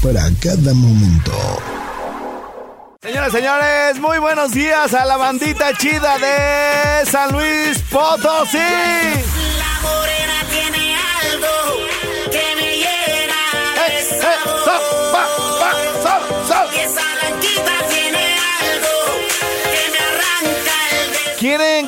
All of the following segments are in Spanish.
para cada momento. Señoras, señores, muy buenos días a la bandita chida de San Luis Potosí. La morena tiene algo que me llena de Eh, eh, sabor. so, pa, pa, so, so. oh. Y esa blanquita tiene algo que me arranca el de ¿Quieren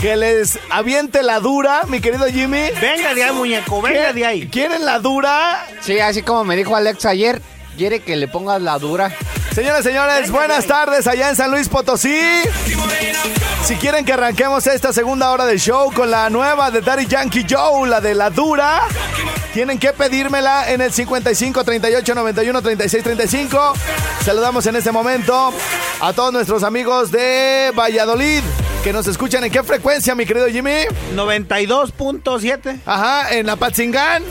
que les aviente la dura, mi querido Jimmy? Venga de ahí, muñeco, venga de ahí. ¿Quieren la dura? Sí, así como me dijo Alex ayer, quiere que le pongas la dura. Señoras, señores, buenas tardes allá en San Luis Potosí. Si quieren que arranquemos esta segunda hora del show con la nueva de Daddy Yankee Joe, la de la dura, tienen que pedírmela en el 55 38 91 36 35. Saludamos en este momento a todos nuestros amigos de Valladolid que nos escuchan. ¿En qué frecuencia, mi querido Jimmy? 92.7, Ajá, en Apatzingán.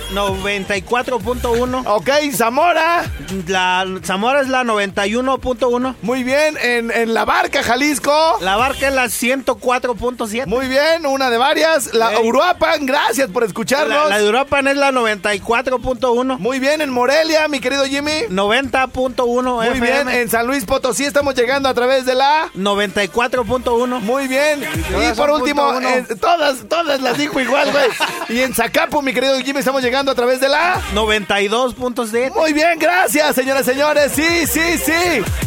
94.1. Ok, Zamora. La Zamora es la 91.1. Muy bien, en, en La Barca, Jalisco. La Barca es la 104.7. Muy bien, una de varias. La Ey. Uruapan, gracias por La, escucharnos. la de Uruapan es la 94.1. Muy bien, en Morelia, mi querido Jimmy. 90.1 Muy bien, FM. en San Luis Potosí estamos llegando a través de la... 94.1. Muy bien. Y Todas por son último, punto uno. en- todas, todas las dijo igual, güey. Y en Zacapu, mi querido Jimmy, estamos llegando a través de la... 92.7. Muy bien, gracias, señoras, señores. Sí, sí, sí.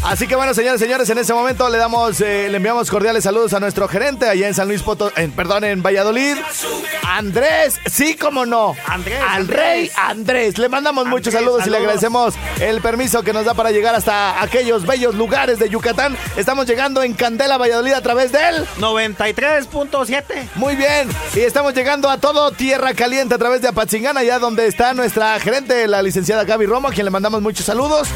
Así que bueno, señores, señores, en este momento le damos, eh, le enviamos cordiales saludos a nuestro gerente allá en San Luis Potosí, perdón, en Valladolid. Andrés, sí, como no. Andrés, Al Andrés. rey Andrés. Le mandamos muchos Andrés, saludos, y le saludos. agradecemos el permiso que nos da para llegar hasta aquellos bellos lugares de Yucatán. Estamos llegando en Candela, Valladolid, a través de él. 93.7. Muy bien, y estamos llegando a todo Tierra Caliente a través de Apatzingán, allá donde está nuestra gerente, la licenciada Gaby Romo, a quien le mandamos muchos saludos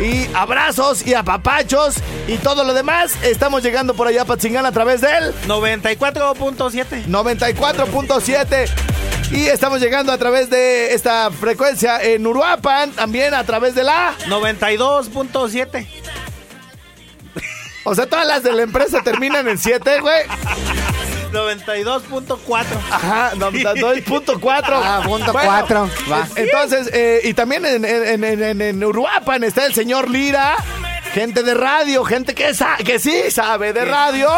y abrazos y apapachos y todo lo demás. Estamos llegando por allá a Apatzingán a través del 94.7. 94.7. Y estamos llegando a través de esta frecuencia en Uruapan, también a través de la... 92.7. O sea, todas las de la empresa terminan en 7, güey. 92.4. Ajá, no, no, no, es punto cuatro. Ah, punto cuatro, va. es- Entonces, eh, y también en, en, en- en- en Uruapan está el señor Lira. Gente de radio, gente que, sa- que sí sabe de radio.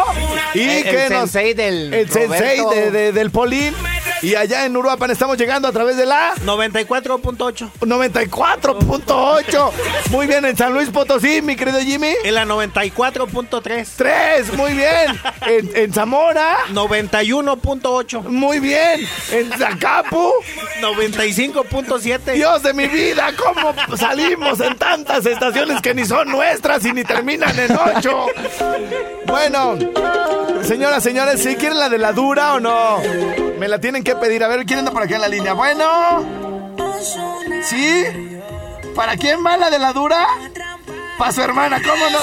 Y Eh, El- el que nos- sensei del El sensei Roberto. de- de- del Polín. Y allá en Uruapan estamos llegando a través de la 94.8. 94.8. Muy bien, en San Luis Potosí, mi querido Jimmy. En la 94.3. 3, muy bien. En, en Zamora, 91.8. muy bien. En Zacapu. 95.7. Dios de mi vida, ¿cómo salimos en tantas estaciones que ni son nuestras y ni terminan en ocho? Bueno, señoras, señores, si quieren la de la dura o no? Me la tienen que pedir. A ver, ¿quién anda por acá en la línea? Bueno. ¿Sí? ¿Para quién va la de la dura? Para su hermana, ¿cómo no?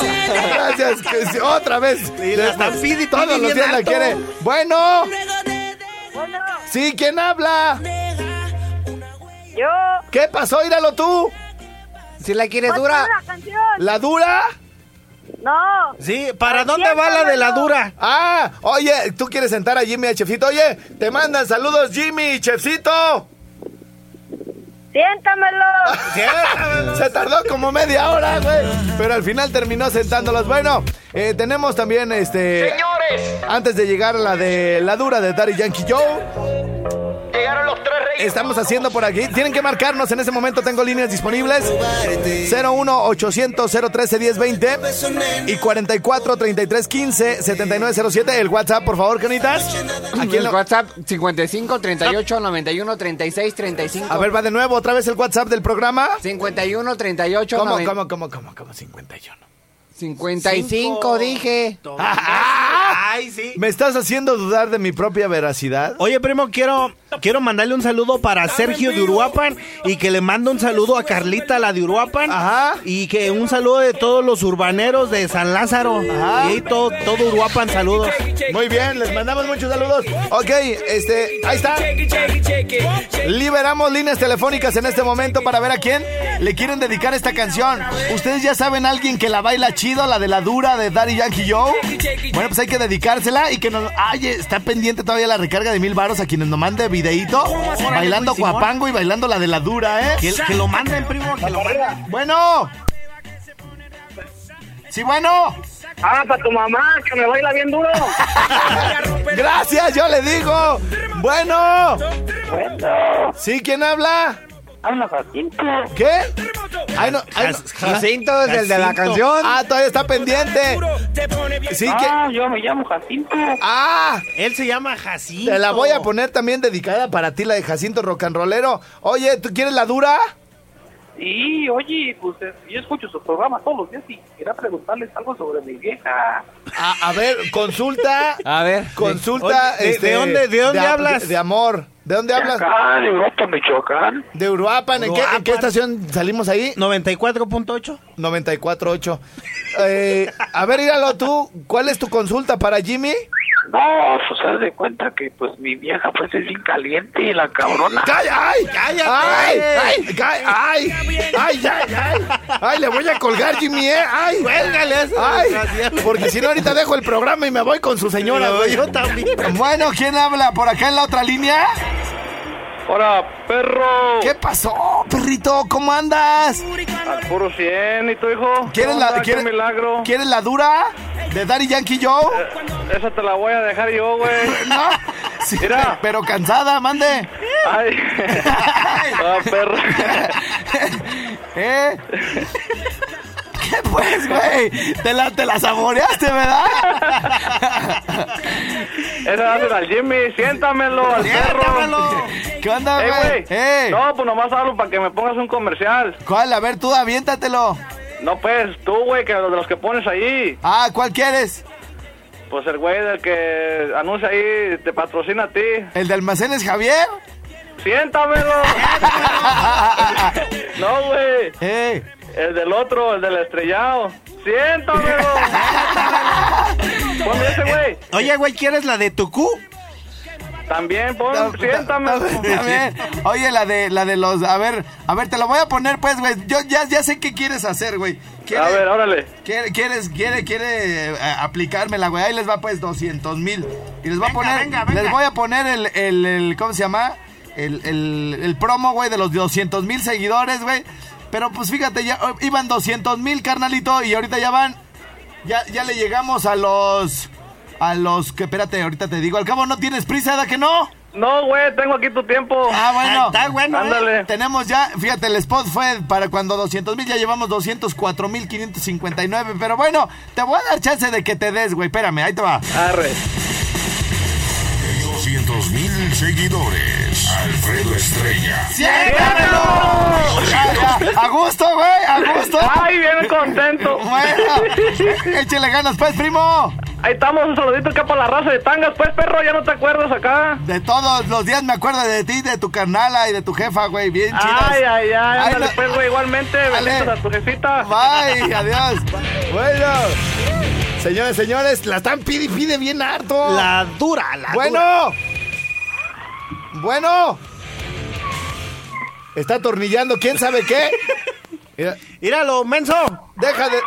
Gracias. que sí, Otra vez. Y la están pidi, Todos pidi los bien días la alto. quieren. Bueno. Luego de dejar ¿Sí? ¿Quién habla? una huella. Yo, ¿Qué pasó? Íralo tú. Si la quieres ¿cuál dura, es la canción? ¿La dura? No, Sí, ¿para dónde va la de la dura? Ah, oye, tú quieres sentar a Jimmy al Chefcito. Oye, te mandan saludos, Jimmy, Chefcito. siéntamelo. Se tardó como media hora, güey. Pero al final terminó sentándolos. Bueno, eh, tenemos también este. Señores. Antes de llegar a la de la dura de Daddy Yankee Joe. llegaron los tres reyes. Estamos haciendo por aquí. Tienen que marcarnos. En ese momento tengo líneas disponibles. 01 800 013 1020 y 44 33 15 7907. El WhatsApp, por favor, canitas. Aquí Aquí en el la- WhatsApp 55 38 91 36 35. A ver, va de nuevo, otra vez el WhatsApp del programa. 51 38 ¿Cómo, 90 cómo, cómo, cómo, cómo? 51. 55 dije. Ah. Ay, sí. ¿Me estás haciendo dudar de mi propia veracidad? Oye, primo, quiero, quiero mandarle un saludo para Sergio de Uruapan y que le mando un saludo a Carlita, la de Uruapan. Ajá. Y que un saludo de todos los urbaneros de San Lázaro. Ajá. Y ahí todo, todo Uruapan, saludos. Muy bien, les mandamos muchos saludos. Ok, este, ahí está. Liberamos líneas telefónicas en este momento para ver a quién le quieren dedicar esta canción. ¿Ustedes ya saben alguien que la baila chido, la de la dura de Daddy Yankee Joe? Bueno, pues hay que dedicársela y que nos... Ay, está pendiente todavía la recarga de mil varos a quienes nos mande videíto bailando cuapango y bailando la de la dura, ¿eh? Que, que lo manden, primo, que lo manden. Bueno. Sí, bueno. Ah, para tu mamá, que me baila bien duro. Gracias, yo le digo. Bueno. Sí, ¿quién habla? Habla Jacinto. ¿Qué? Ay, no, ay, no. Jacinto es el de la Jacinto. canción. Ah, todavía está pendiente. Sí, que. Ah, yo me llamo Jacinto. Ah, Él se llama Jacinto. te la voy a poner también dedicada para ti, la de Jacinto Rock and Rollero. Oye, ¿tú quieres la dura? Y oye, pues es- yo escucho su programa todos los días y quería preguntarles algo sobre mi vieja. A, a ver, consulta. A ver. Consulta. Oye, ¿de- este, de dónde- de dónde a- hablas? De, de amor. ¿De dónde hablas? Acá en Ah, Europa, Michoacán. De Uruapan. ¿En qué, en qué Uruapan. estación salimos ahí? 94.8. 94.8. Eh, a ver, íralo tú. ¿Cuál es tu consulta para Jimmy? No, pues se de cuenta que pues mi vieja pues es bien caliente y la cabrona. ¡Ay, ay! ¡Cállate! ¡Ay, ay, ca- ay! ¡Ay, ay, ay! ¡Ay, le voy a colgar, Jimmy, eh! ¡Ay! Cuélgale eso, ¡Ay! desgraciado. Porque si no, ahorita dejo el programa y me voy con su señora, Yo- güey. yo también. Bueno, ¿quién habla por acá en la otra línea? Ahora, perro. ¿Qué pasó, perrito? ¿Cómo andas? Al puro 100 y tu hijo. ¿Quieres ¿Qué la, onda? ¿Qué quieres- milagro? ¿Quieres la dura de Daddy Yankee Joe? Esa te la voy a dejar yo, güey. No. Sí, Mira. pero cansada, mande. Ay. Ah, perro. ¿Eh? ¿Qué pues, güey? Te la, te la saboreaste, ¿verdad? Esa dásela al Jimmy. Siéntamelo al perro. ¿Qué onda, Eh, güey? güey. Eh, No, pues nomás hablo para que me pongas un comercial. ¿Cuál? A ver, tú aviéntatelo. No, pues, tú, güey, que de los que pones ahí. Ah, ¿cuál quieres? Pues el güey del que anuncia ahí te patrocina a ti. ¿El de almacenes Javier? Siéntamelo. No, güey. Eh. El del otro, el del estrellado. Siéntamelo. Ponme ese, güey. Oye, güey, ¿quieres la de Tucú? También, pon, pues, siéntamelo. Está bien. Oye, la de, la de los. A ver, a ver, te lo voy a poner, pues, güey. Yo ya, ya sé qué quieres hacer, güey. A ¿Quieres- ver, órale. Quiere, quieres, quiere, quiere eh, aplicármela, güey. Ahí les va pues 200 mil. Y les voy a poner, les voy a poner el, el, el- ¿cómo se llama? El, el, el promo, güey, de los 200 mil seguidores, güey. Pero pues fíjate, ya oh, iban 200 mil, carnalito, y ahorita ya van, ya, ya le llegamos a los, a los, que espérate, ahorita te digo, al cabo no tienes prisa, ¿da que no? No, güey, tengo aquí tu tiempo. Ah, bueno. Ahí está, bueno, ¿eh? Ándale. Tenemos ya, fíjate, el spot fue para cuando 200 mil, ya llevamos 204 mil 559. Pero bueno, te voy a dar chance de que te des, güey. Espérame, ahí te va. Arre. 200 mil seguidores. Alfredo Estrella. ¡Siéntamelo! Ya, ya. A gusto, güey, a gusto. Ay, bien contento. Pues, Bueno, échale ganas, pues, primo. Ahí estamos, un saludito acá para la raza de tangas. Pues, perro, ya no te acuerdas acá. De todos los días me acuerdo de ti, de tu carnala y de tu jefa, güey. Bien chidas. Ay, ay, ay. Ándale, no. pues, güey, igualmente. Dale. Besitos a tu jefita. Bye, adiós. Bueno, señores, señores, la están pide y pide bien harto. La dura, la dura. Bueno. Bueno. Está atornillando, quién sabe qué. Mira, Míralo, menso. deja de.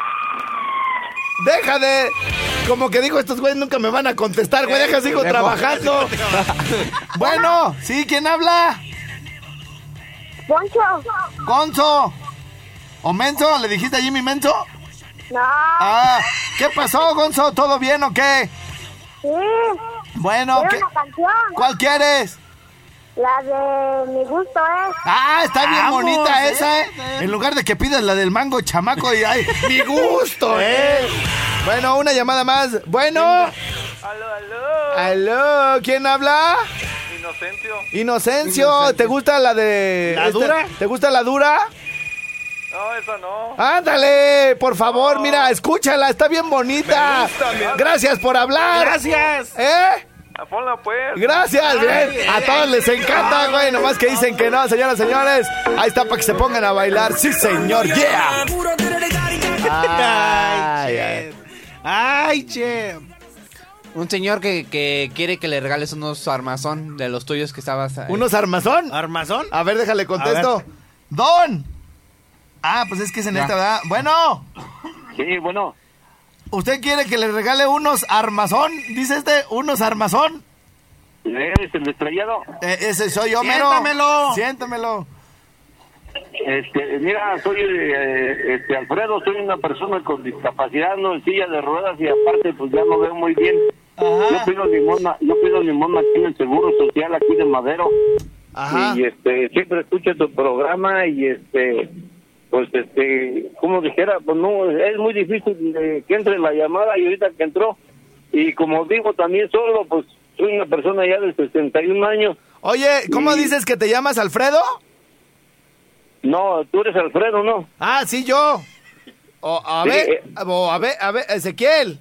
Deja de. Como que digo, estos güeyes nunca me van a contestar, güey. Deja, sigo trabajando. bueno, sí, ¿quién habla? Poncho. Gonzo. ¿O Menso? ¿Le dijiste a Jimmy Menso? No. Ah, ¿qué pasó, Gonzo? ¿Todo bien o qué? Sí. Bueno, Quiero ¿qué- una canción. ¿cuál quieres? La de mi gusto es. Ah, está bien Vamos, bonita ¿eh? esa, ¿eh? En lugar de que pidas la del mango chamaco y ay, mi gusto, ¿eh? Bueno, una llamada más. Bueno. Aló, aló. Ah. Aló, ¿quién habla? Inocencio. Inocencio, ¿te gusta la de ¿La esta- dura? ¿Te gusta la dura? No, esa no. Ándale, por favor, mira, escúchala, está bien bonita. Gracias por hablar. Gracias. ¿Eh? Ponla pues. Gracias, güey. A todos les encanta, güey. Nomás que dicen que no, señoras, señores. Ahí está para que se pongan a bailar. Sí, señor. Yeah. Ay, che. Ay, che. Un señor que, que quiere que le regales unos armazón de los tuyos que estabas. eh, ¿Unos armazón? ¿Armazón? A ver, déjale A contesto. ver. Don. Ah, pues es que es en Ya. esta, ¿verdad? Bueno, Sí, bueno. ¿usted quiere que le regale unos armazón? Dice este, unos armazón. ¿Eres el estrellado? Eh, ese soy yo, mero. Siéntamelo. Siéntamelo. Este, mira, soy eh, este, Alfredo, soy una persona con discapacidad, no en silla de ruedas y aparte pues ya no veo muy bien. Yo pido limona, yo pido limona aquí en el Seguro Social, aquí de Madero. Ajá. Y este, siempre escucho tu programa y este, pues este, como dijera, pues no, es muy difícil de que entre la llamada y ahorita que entró. Y como digo, también solo, pues soy una persona ya de 61 años. Oye, ¿cómo Y- dices que te llamas Alfredo? No, tú eres Alfredo, ¿no? Ah, sí, yo. O a Sí, ver, eh. o a ver, a ver, Ezequiel.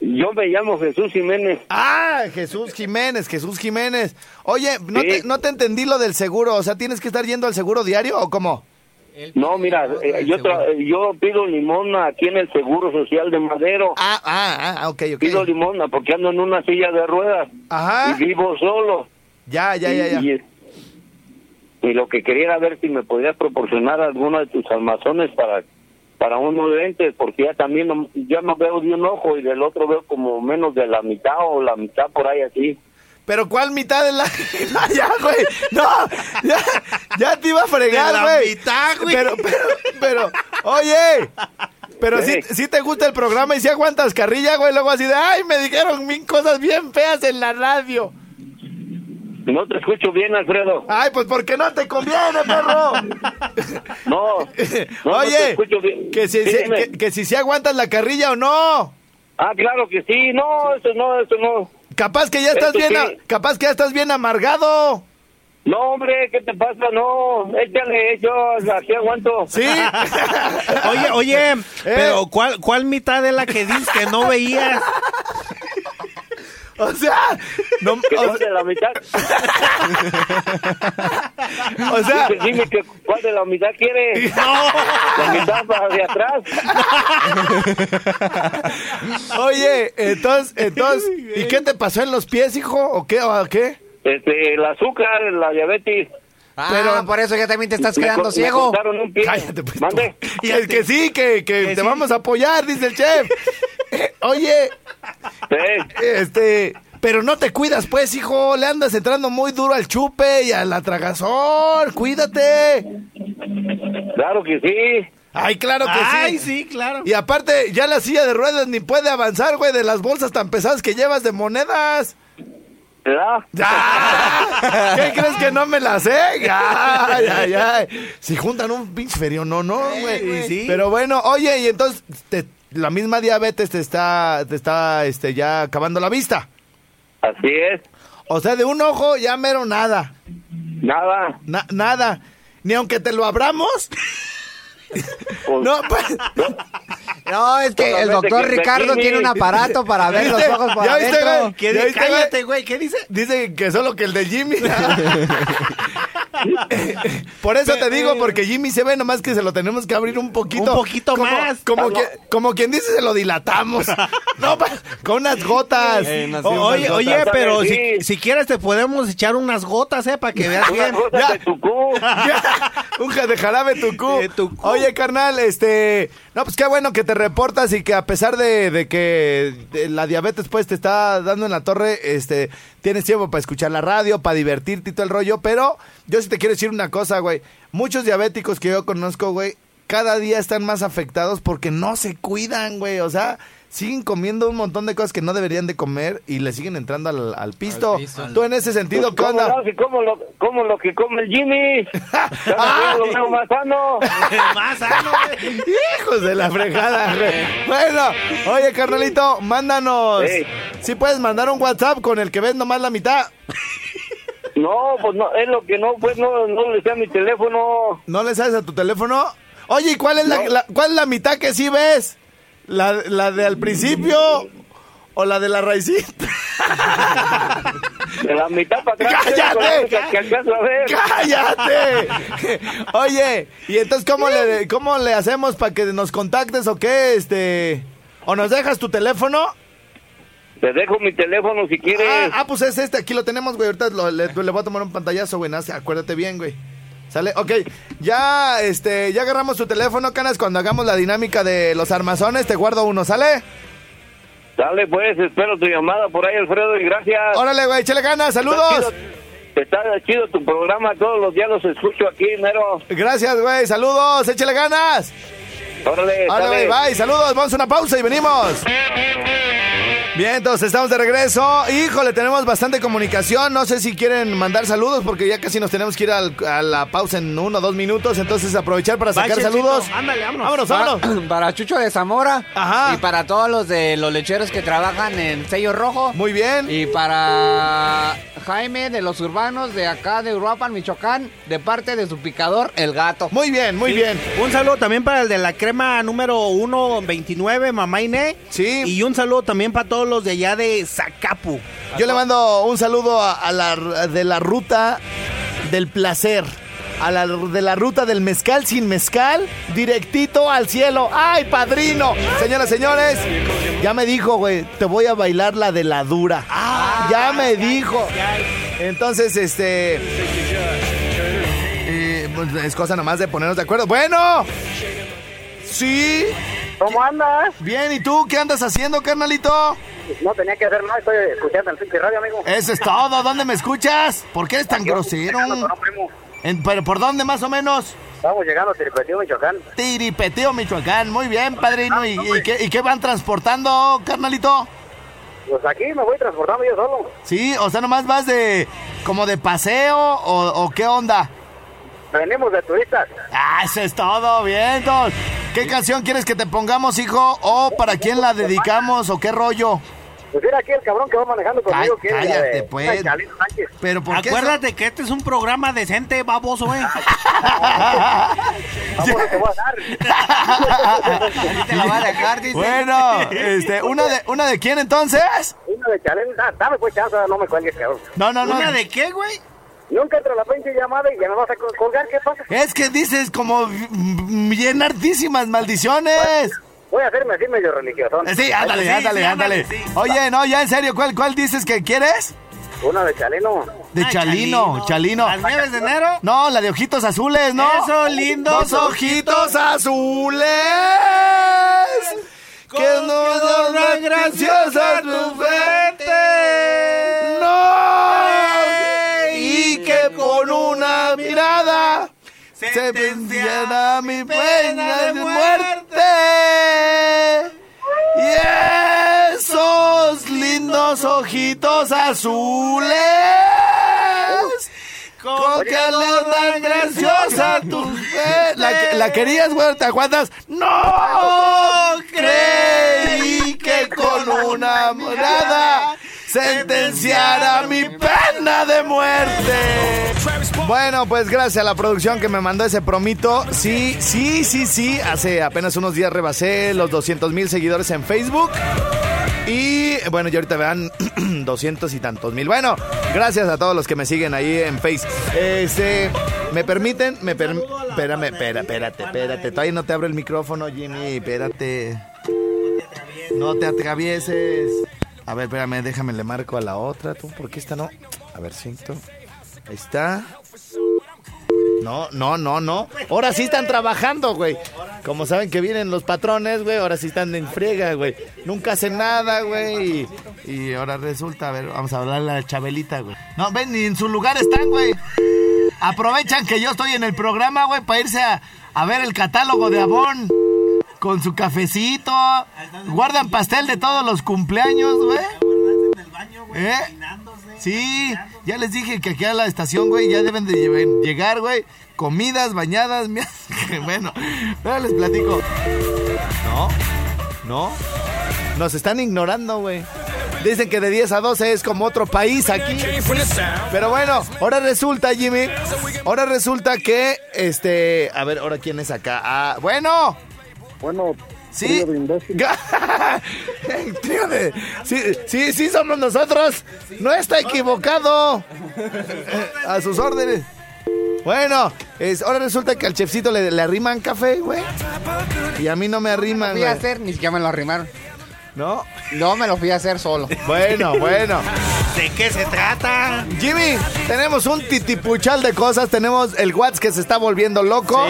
Yo me llamo Jesús Jiménez. Ah, Jesús Jiménez, Jesús Jiménez. Oye, no, Sí. te, no te entendí lo del seguro. O sea, ¿tienes que estar yendo al seguro diario o cómo? él- No, Ah, mira, eh, yo, tra- eh, yo pido limona aquí en el Seguro Social de Madero. Ah, ah, ah, ok, ok. Pido limona porque ando en una silla de ruedas Ajá. y vivo solo. Ya, ya, ya, ya. Y, y lo que quería era ver si me podías proporcionar alguno de tus almazones para para unos lentes, porque ya también no- ya no veo de un ojo y del otro veo como menos de la mitad o la mitad por ahí así. Pero ¿cuál mitad de la... No, ya, güey. No, ya, ya te iba a fregar, De la güey. mitad, güey. Pero, pero, pero, oye. Pero sí, Ey. sí te gusta el programa y si aguantas carrilla, güey. Luego así de, ay, me dijeron mil cosas bien feas en la radio. No te escucho bien, Alfredo. Ay, pues porque no te conviene, perro. No. no, no te oye, escucho bien. que si, Sí, si- dime. que, que si sí aguantas la carrilla o no. Ah, claro que sí. No, eso no, eso no. Capaz que ya estás ¿Esto bien, qué? a- capaz que ya estás bien amargado. No, hombre, ¿qué te pasa? No, échale, yo aquí aguanto. Sí. Oye, oye, Eh. pero ¿cuál, ¿cuál mitad de la que dices que no veías? O sea, no, Que o, ¿Cuál de la mitad? o sea, Dice, dime que cuál de la mitad quiere. La mitad para de atrás. oye, entonces, entonces, ¿y qué te pasó en los pies, hijo? ¿O qué? ¿O qué? Este, el azúcar, la diabetes. Ah, pero- por eso ya también te estás Me quedando co- ciego. Me cortaron un pie. Cállate, pues. tú. Mande. Que, que sí, que, que Que te sí. vamos a apoyar, dice el chef. Eh, Oye, Sí. este, pero no te cuidas, pues, hijo. Le andas entrando muy duro al chupe y al atragazón. Cuídate. claro que sí. Ay, claro que Ay, sí. sí, claro. Y aparte, ya la silla de ruedas ni puede avanzar, güey, de las bolsas tan pesadas que llevas de monedas. ¿Verdad? ¡Ah! ¿Qué crees que no me las sé? ¡Ay, ay, ay! Si juntan un pinche ferio, no, no, güey. güey. Sí. Pero bueno, oye, y entonces, te- la misma diabetes te está, te está, este, ya acabando la vista. Así es. O sea, de un ojo ya mero nada, Nada. na- nada. Ni aunque te lo abramos. Pues, No, pues, No, es que el Solamente doctor que me Ricardo tiene. tiene un aparato para ver los ¿Viste? ojos por ¿Ya viste, adentro. güey? ¿Qué Ya di- viste, güey. cállate, güey, ¿qué dice? Dice que solo que el de Jimmy. Por eso te digo, porque Jimmy se ve nomás que se lo tenemos que abrir un poquito. eh. Un poquito Como- más. Como, que, como quien dice, se lo dilatamos. No, pa- con Eh, unas gotas. O- oye, oye, gotas. pero Sí. si, si quieres te podemos echar unas gotas, ¿eh? Para que veas Una bien. cosa Ya. de tu cu. Un ja- de jarabe tucú. De tucú. Oye, carnal, este. No, pues qué bueno que te reportas y que a pesar de, de que de la diabetes, pues te está dando en la torre, este. Tienes tiempo para escuchar la radio, para divertirte y todo el rollo. Pero yo sí te quiero decir una cosa, güey. Muchos diabéticos que yo conozco, güey, cada día están más afectados porque no se cuidan, güey. O sea. siguen comiendo un montón de cosas que no deberían de comer y le siguen entrando al, al pisto. Al pisto. Tú en ese sentido, ¿qué ¿Cómo, onda? no? Si como lo, como lo que come el Jimmy. Cada día lo veo más sano. Más sano, güey. Hijos de la fregada, güey. Bueno, oye, carnalito, mándanos. Si Ey. puedes mandar un WhatsApp con el que ves nomás la mitad. No, pues no, es lo que no, pues no, no le sé a mi teléfono. ¿No le sabes a tu teléfono? Oye, ¿y cuál es, la, la- cuál es la mitad que sí ves? ¿La, la de al principio o la de la raicita? De la mitad para atrás. ¡Cállate! es la única que alcanzo a ver. ¡Cállate! Oye, ¿y entonces cómo le, cómo le hacemos para que nos contactes o qué? Este, ¿O nos dejas tu teléfono? Te dejo mi teléfono si Ah, quieres. ah, pues es este, aquí lo tenemos, güey. Ahorita lo- le, le voy a tomar un pantallazo, güey. nada más, Acuérdate bien, güey. Sale, ok. Ya, este, ya agarramos tu teléfono, Canas. Cuando hagamos la dinámica de los armazones, te guardo uno, ¿sale? Dale, pues, espero tu llamada por ahí, Alfredo, y gracias. Órale, güey, échale ganas, saludos. Está chido, está chido tu programa, todos los días los escucho aquí, Nero. Gracias, güey, saludos, échale ganas. Órale, Ahora, dale. güey, bye, saludos, vamos a una pausa y venimos. Bien, entonces estamos de regreso. Híjole, tenemos bastante comunicación. No sé si quieren mandar saludos porque ya casi nos tenemos que ir al- a la pausa en uno o dos minutos. Entonces aprovechar para sacar Bye, Chechito. saludos. Ándale, vámonos. Vámonos, Para, vámonos. para Chucho de Zamora. Ajá. Y para todos los de los lecheros que trabajan en sello rojo. Muy bien. Y para Jaime de los urbanos de acá de Uruapan, Michoacán, de parte de su picador, el gato. Muy bien, muy Sí. bien. Un saludo también para el de la crema número 129, mamá Iné. Sí. Y un saludo también para todos los de allá de Zacapu. Yo le mando un saludo a, a la r- de la ruta del placer. A la r- de la ruta del mezcal sin mezcal, directito al cielo. ¡Ay, padrino! Señoras, señores, ya me dijo, güey, te voy a bailar la de la dura. Ah, ya me dijo. Entonces, este... eh, pues, es cosa nada más de ponernos de acuerdo. Bueno. Sí. ¿Cómo andas? Bien, ¿y tú qué andas haciendo, carnalito? No tenía que hacer nada, estoy escuchando el pinche radio, amigo. Eso es todo. ¿Dónde me escuchas? ¿Por qué eres tan grosero? Llegando con un primo. En- ¿Pero por dónde más o menos? Estamos llegando a Tiripetio, Michoacán. Tiripeteo, Michoacán. Muy bien, padrino. ¿Y, y qué, y qué van transportando, carnalito? Pues aquí me voy transportando yo solo. Sí, o sea, nomás vas de... como de paseo o, o qué onda. Venimos de turistas. Ah, eso es todo. Bien, entonces. ¿Qué canción quieres que te pongamos, hijo? ¿O para quién la dedicamos? ¿O qué rollo? Pues mira aquí el cabrón que va manejando conmigo. Cá- que es la cállate, de- pues. la de Chalino Sánchez. Pero por qué... Acuérdate que este es un programa decente, baboso, ¿eh? Vamos, no Ah, te voy a dar. Te la va a dejar, dice. Bueno, este, ¿una de, ¿una de quién entonces? Una de Chalino, da- dame pues chance, no me cuelgues, cabrón. No, no, no. ¿Una de qué, güey? Nunca entra la pinche llamada y ya me vas a col- colgar, ¿qué pasa? Es que dices como bien hartísimas maldiciones. Voy a hacerme así medio religiosón. Eh, Sí, ándale, Sí, sí, ándale, ándale. ándale, sí. Oye, no, ya en serio, ¿cuál, cuál dices que quieres? Una de Chalino. De Ah, Chalino, Chalino. ¿Las 9 de enero? No, la de ojitos azules, ¿no? Esos lindos Los ojitos azules. Que Con nos dan que dan graciosa graciosa tu tu frente. No. Y que con una mirada se venciera mi pena de muerte. Y esos lindos ojitos azules. Con que le dan graciosa tu fe. ¿La, la querías, güey? ¿Te aguantas? ¡No! Creí que con una morada sentenciara mi pena de muerte. Bueno, pues gracias a la producción que me mandó ese promito. Sí, sí, sí, sí. Hace apenas unos días rebasé los 200 mil seguidores en Facebook. Y bueno, ya ahorita vean 200 y tantos mil. Bueno, gracias a todos los que me siguen ahí en Face. Este, me permiten, me permiten. Espérame, espera, espérate, espérate. Todavía no te abro el micrófono, Jimmy. Espérate. No te atravieses. A ver, espérame, déjame, le marco a la otra, tú, porque esta no. A ver, siento. Ahí está. No, no, no, no. Ahora sí están trabajando, güey. Como saben que vienen los patrones, güey, ahora sí están en friega, güey. Nunca hacen nada, güey. Y, y ahora resulta, a ver, vamos a hablar a la Chabelita, güey. No, ven, ni en su lugar están, güey. Aprovechan que yo estoy en el programa, güey, para irse a, a ver el catálogo de Avon. con su cafecito. Guardan pastel de todos los cumpleaños, güey. ¿Eh? Sí, ya les dije que aquí a la estación, güey, ya deben de lleven- llegar, güey. Comidas, bañadas, mira, que bueno, ahora les platico. No, no. Nos están ignorando, güey. Dicen que de 10 a 12 es como otro país aquí. Pero bueno, ahora resulta, Jimmy. Ahora resulta que, este. A ver, ahora quién es acá. Ah, bueno. Bueno. Sí. Trío de- sí, sí, sí, somos nosotros. No está equivocado. Eh, A sus órdenes. Bueno, es- ahora resulta que al chefcito le, le arriman café, güey. Y a mí no me arriman, Fui a güey. hacer, ni siquiera me lo arrimaron. ¿No? No, me lo fui a hacer solo. Bueno, bueno. ¿De qué se trata? Jimmy, tenemos un titipuchal de cosas. Tenemos el Watts que se está volviendo loco.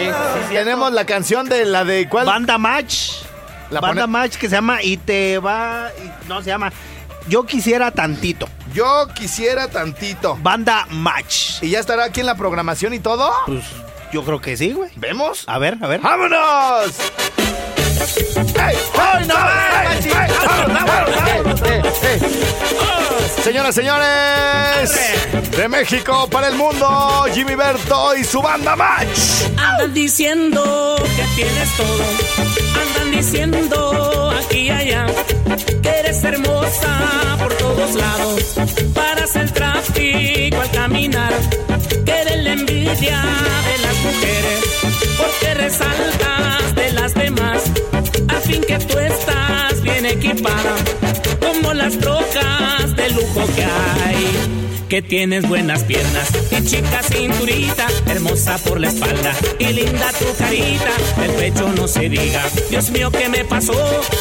tenemos la canción de la de cuál. Banda Match. La Banda pone- Match que se llama Y te va. y- no se llama. Yo quisiera tantito. Yo quisiera tantito. Banda Match. ¿Y ya estará aquí en la programación y todo? Pues yo creo que sí, güey. ¿Vemos? A ver, a ver. ¡Vámonos! ¡Ey! ¡Ay, no! ¡Ey! ¡Ey! ¡Vámonos, vámonos, vámonos! ¡Ey! ¡Ey! Señoras, señores, de México para el mundo, Jimmy Berto y su banda Match. Andan diciendo que tienes todo. Andan diciendo aquí y allá que eres hermosa por todos lados. Paras el tráfico al caminar. Que eres la envidia de las mujeres. Porque resaltas de las demás. Al fin que tú estás bien equipada. Como las trocas de lujo que hay que tienes buenas piernas y chica cinturita, hermosa por la espalda y linda tu carita, el pecho no se diga. Dios mío, ¿qué me pasó?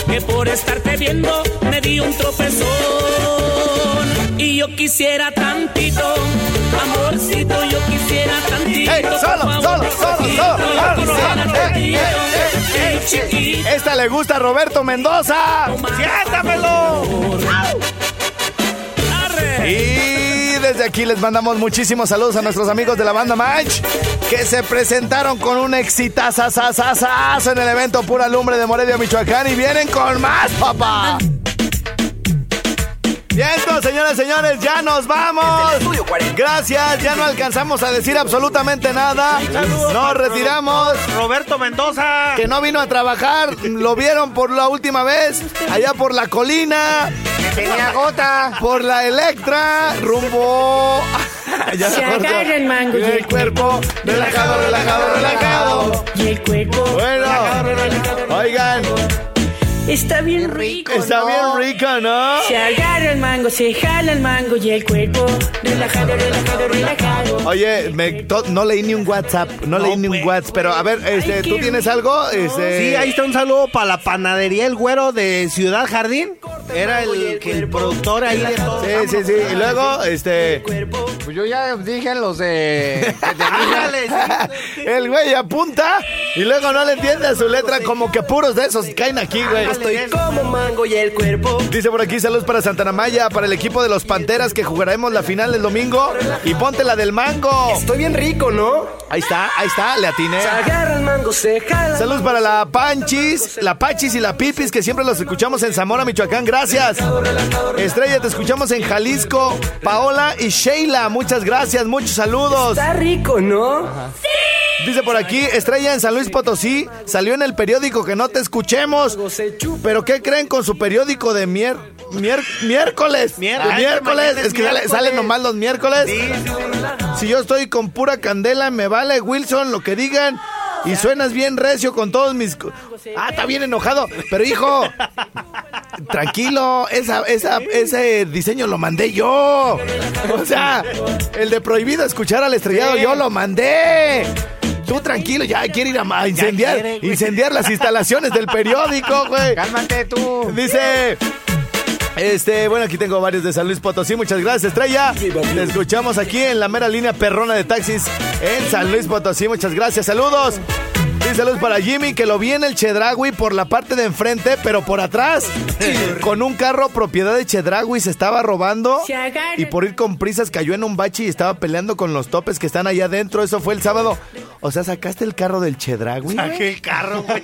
Que por estarte viendo me di un tropezón y yo quisiera tantito, amorcito, yo quisiera tantito. ¡Ey! ¡Solo, por favor, solo, solo, tantito, solo, yo solo, quisiera solo! ¡Ey, tantito, ey, ey, chiquito. Esta le gusta a Roberto Mendoza. ¡Siéntamelo! Y desde aquí les mandamos muchísimos saludos a nuestros amigos de la banda Match que se presentaron con un exitazazazazazo en el evento Pura Lumbre de Morelia, Michoacán y vienen con más, papá. Vientos, señoras, señores, ya nos vamos. Gracias, ya no alcanzamos a decir absolutamente nada. Nos retiramos. Roberto Mendoza. Que no vino a trabajar, lo vieron por la última vez, allá por la colina. Tenía gota. Por la Electra, rumbo. Ya Se me acuerdo. agarra el mango y el cuerpo. Relajado, relajado, relajado. Y el cuerpo Bueno, oigan, está bien rico. está no. bien rico, ¿no? Se agarra el mango, se jala el mango y el cuerpo relajado, relajado, relajado. Oye, me- to- no leí ni un WhatsApp, no, leí ni un WhatsApp, pero a ver, este, Ay, qué ¿tú tienes algo? Este, Sí, ahí está un saludo para la panadería El Güero de Ciudad Jardín. Era el, que el productor ahí de todo. Sí, sí, sí. Y luego, este, Pues yo ya dije los de. que te dije. Ándale, sí. el güey apunta y luego no le entiende a su letra, como que puros de esos caen aquí, güey. como mango y el cuerpo. Dice por aquí, saludos para Santana Maya, para el equipo de los Panteras que jugaremos la final el domingo. Y ponte la del mango. Estoy bien rico, ¿no? Ahí está, ahí está, le atiné. Agarra el mango, se jala. Saludos para la Panchis, la Pachis y la Pipis, que siempre los escuchamos en Zamora, Michoacán. Gracias. Estrella, te escuchamos en Jalisco. Paola y Sheila, muchas gracias, muchos saludos. Está rico, ¿no? Dice por aquí, Estrella en San Luis Potosí, salió en el periódico que no te escuchemos. Se chupa. ¿Pero qué creen con su periódico de mier- mier- miércoles? Mier- De Ay, miércoles. mañana es Es que sale, miércoles. salen nomás los miércoles. Sí, sí, Si yo estoy con pura candela, me vale Wilson lo que digan. Y suenas bien recio con todos mis... co- Ah, está bien enojado. Pero hijo, tranquilo, esa, esa, ese diseño lo mandé yo. O sea, el de prohibido escuchar al estrellado, yo lo mandé. Tú tranquilo, ya quiere ir a, ma- a incendiar, quiere, güey. incendiar las instalaciones del periódico, güey. Cálmate tú. Dice. Este, bueno, aquí tengo varios de San Luis Potosí. Muchas gracias, Estrella. Te escuchamos aquí en la mera línea perrona de taxis en San Luis Potosí. Muchas gracias, saludos. Y saludos para Jimmy, que lo vi en el Chedragui por la parte de enfrente, pero por atrás. Con un carro propiedad de Chedragui se estaba robando. Se agarra. Y por ir con prisas cayó en un bache y estaba peleando con los topes que están allá adentro. Eso fue el sábado. O sea, sacaste el carro del Chedragui. Saqué el carro, güey.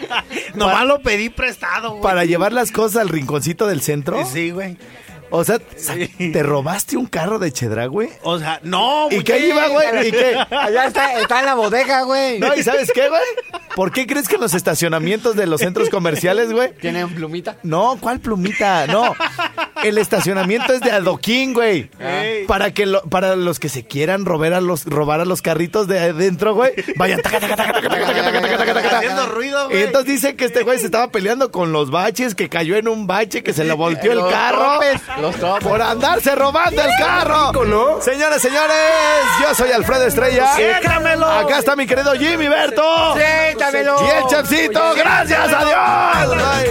Nomás lo pedí prestado, güey. Para llevar las cosas al rinconcito del centro. Sí, güey. O sea, sa- ¿te robaste un carro de Chedragui? O sea, no, ¿Y qué iba, güey? ¿Y qué? Allá está, está en la bodega, güey. No, ¿y sabes qué, güey? ¿Por qué crees que en los estacionamientos de los centros comerciales, güey? ¿Tienen plumita? No, ¿cuál plumita? No. El estacionamiento es de adoquín, güey. Ey. Para que lo- para los que se quieran robar a los robar a los carritos de adentro, güey, vayan taca, taca, taca, taca, taca, taca, taca, taca, taca, taca. Haciendo ruido, Y güey. entonces dicen que este güey se estaba peleando con los baches, que cayó en un bache, que se le volteó el Los carro. topes, los topes. Por andarse robando el carro. Señoras, señores, yo soy Alfredo Estrella. Siéntamelo. Acá está mi querido Jimmy Berto. Siéntamelo. Y el Chapsito, gracias a Dios. Ay.